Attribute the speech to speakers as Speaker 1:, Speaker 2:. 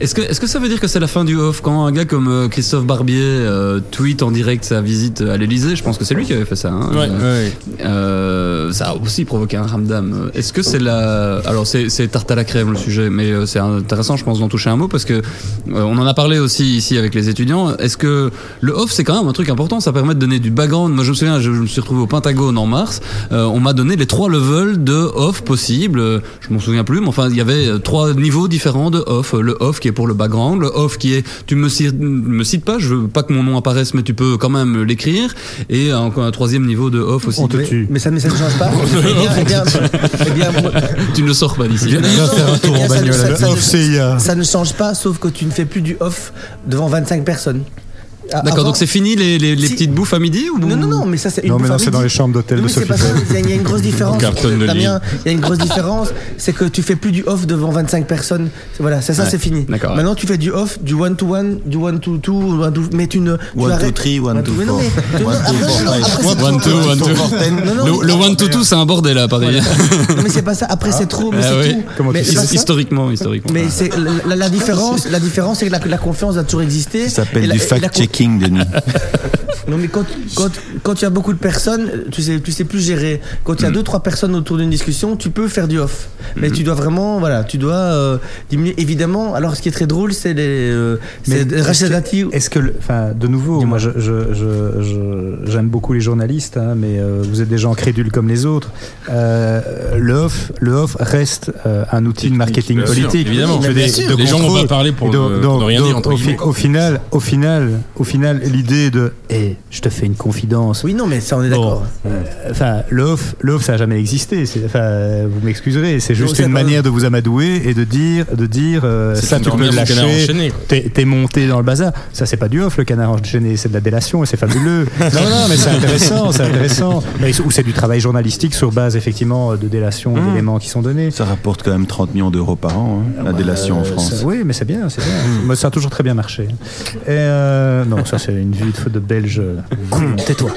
Speaker 1: Est-ce que, est que ça veut dire que c'est la fin du off quand un gars comme euh, Christophe Barbier euh, tweet en direct sa visite à l'Elysée Je pense que c'est lui qui avait fait ça. hein.
Speaker 2: Ouais.
Speaker 1: Euh, euh, ça a aussi provoqué un ramdam. Est-ce que c'est la. Alors, c'est c'est tarte à la crème le sujet, mais euh, c'est intéressant, je pense, d'en toucher un mot parce que euh, on en a parlé aussi ici avec les étudiants. Est-ce que le off, c'est quand même un truc important Ça permet de donner du background. Moi, je me souviens, je, je me suis retrouvé au Pentagone en mars. Euh, on m'a donné les trois levels de off possibles. Euh, Je m'en souviens plus, mais enfin, il y avait euh, trois niveaux différents de off. Le off qui est pour le background, le off qui est tu me cites, me cites pas, je veux pas que mon nom apparaisse, mais tu peux quand même l'écrire. Et euh, encore un troisième niveau de off aussi.
Speaker 3: On te
Speaker 1: Mais-
Speaker 3: tue.
Speaker 4: Mais ça, mais ça ne change pas. Eh bien, eh bien, eh bien, moi-
Speaker 1: Tu ne le sors pas d'ici.
Speaker 3: Viens déjà faire un tour
Speaker 4: Ça-
Speaker 3: en
Speaker 4: ça-
Speaker 3: bagnole.
Speaker 4: ça-
Speaker 3: avec
Speaker 4: ça-
Speaker 3: Off CIA.
Speaker 4: ça ne change pas, sauf que tu ne fais plus du off devant 25 personnes. À-
Speaker 1: D'accord,
Speaker 4: avant-
Speaker 1: donc c'est fini les, les, les
Speaker 4: Si.
Speaker 1: petites bouffes à midi ou
Speaker 4: Non, non, non, mais ça, c'est une
Speaker 3: Non, mais
Speaker 4: fois
Speaker 3: non, c'est
Speaker 4: midi.
Speaker 3: dans les chambres d'hôtel
Speaker 4: Non,
Speaker 3: de
Speaker 4: mais c'est
Speaker 3: Sophie
Speaker 4: pas ça,
Speaker 3: Fell.
Speaker 4: Il y a- il y a une grosse différence.
Speaker 2: cartonne le
Speaker 4: Damien, il y a une grosse différence, c'est que tu fais plus du off devant 25 personnes. Voilà, ça, ça
Speaker 1: Ouais,
Speaker 4: c'est fini.
Speaker 1: d'accord, ouais.
Speaker 4: Maintenant, tu fais du off, du one to one, du one to two, one to- mais tu ne. tu
Speaker 5: One, two,
Speaker 4: arrêtes-
Speaker 5: three,
Speaker 4: one
Speaker 5: one, two,
Speaker 4: mais non,
Speaker 5: four.
Speaker 4: mais-
Speaker 5: One,
Speaker 4: Ah,
Speaker 5: two,
Speaker 4: non,
Speaker 5: four,
Speaker 4: non,
Speaker 5: five.
Speaker 4: après, c'est
Speaker 1: One,
Speaker 4: trop.
Speaker 1: two, one, two.
Speaker 4: Non, non,
Speaker 1: Le,
Speaker 4: mais-
Speaker 1: le one to two, c'est un bordel à Paris.
Speaker 4: Non, mais c'est pas ça. Après, c'est trop, mais
Speaker 1: Ah
Speaker 4: c'est
Speaker 1: oui.
Speaker 4: tout.
Speaker 3: Comment
Speaker 4: Mais
Speaker 3: tu
Speaker 4: c'est
Speaker 3: sais
Speaker 4: pas
Speaker 1: His-
Speaker 4: ça.
Speaker 1: historiquement, historiquement.
Speaker 4: Mais c'est la, la- la différence, la différence, c'est que la, la confiance a toujours existé.
Speaker 5: Ça
Speaker 4: Et
Speaker 5: s'appelle
Speaker 4: la-
Speaker 5: du
Speaker 4: et la con-
Speaker 5: fact-checking, Denis.
Speaker 4: Non mais quand quand quand il y a beaucoup de personnes, tu sais tu sais plus gérer. Quand
Speaker 5: Mm.
Speaker 4: il y a deux trois personnes autour d'une discussion, tu peux faire du off. Mais tu dois vraiment voilà, tu dois euh, diminuer évidemment. Alors ce qui est très drôle, c'est les euh,
Speaker 3: Mais
Speaker 4: c'est Rachel Dati
Speaker 3: Est-ce que, le- enfin, de nouveau, moi, je, je- je- je- j'aime beaucoup les journalistes, hein, mais euh, vous êtes des gens crédules comme les autres. Euh, le off, le off reste euh, un outil de marketing
Speaker 2: Bien sûr,
Speaker 3: politique.
Speaker 2: évidemment.
Speaker 3: Je veux
Speaker 2: Bien
Speaker 3: dire,
Speaker 2: sûr.
Speaker 3: de
Speaker 2: Les gens vont
Speaker 3: contrôle.
Speaker 2: pas parler pour
Speaker 3: Et
Speaker 2: ne- pour ne rien dire, entre
Speaker 3: au,
Speaker 2: guillemets, quoi.
Speaker 3: au final, au final, au final, l'idée de, eh, je te fais une confidence.
Speaker 4: Oui non mais ça on est
Speaker 3: Bon,
Speaker 4: d'accord.
Speaker 2: hein
Speaker 3: euh, Enfin, le off, le off, ça n'a jamais existé. C'est- Enfin, euh, vous m'excuserez, c'est juste
Speaker 4: ça,
Speaker 3: une
Speaker 4: quand même.
Speaker 3: manière de vous amadouer et de dire, de dire, euh,
Speaker 2: C'est
Speaker 3: ça
Speaker 2: une
Speaker 3: tu peux
Speaker 2: dormir
Speaker 3: le
Speaker 2: sous canard
Speaker 3: lâcher.
Speaker 2: enchaîné, quoi.
Speaker 3: T'es t'es monté dans le bazar. Ça, c'est pas du off, le canard enchaîné, c'est de la délation et c'est fabuleux. non, non, mais c'est intéressant, c'est intéressant. Mais- Ou c'est du travail journalistique sur base, effectivement, euh, de délation,
Speaker 2: Mmh.
Speaker 3: d'éléments qui sont donnés.
Speaker 5: Ça rapporte quand même 30 millions d'euros par an, hein,
Speaker 4: Ah bah,
Speaker 5: la délation en
Speaker 3: Euh,
Speaker 5: France.
Speaker 3: ça- oui, mais c'est bien, c'est bien.
Speaker 2: Mmh. Mmh.
Speaker 3: Moi, ça a toujours très bien marché. Et, euh, non, ça, c'est une vue de, de Belge. Con, Tais-toi.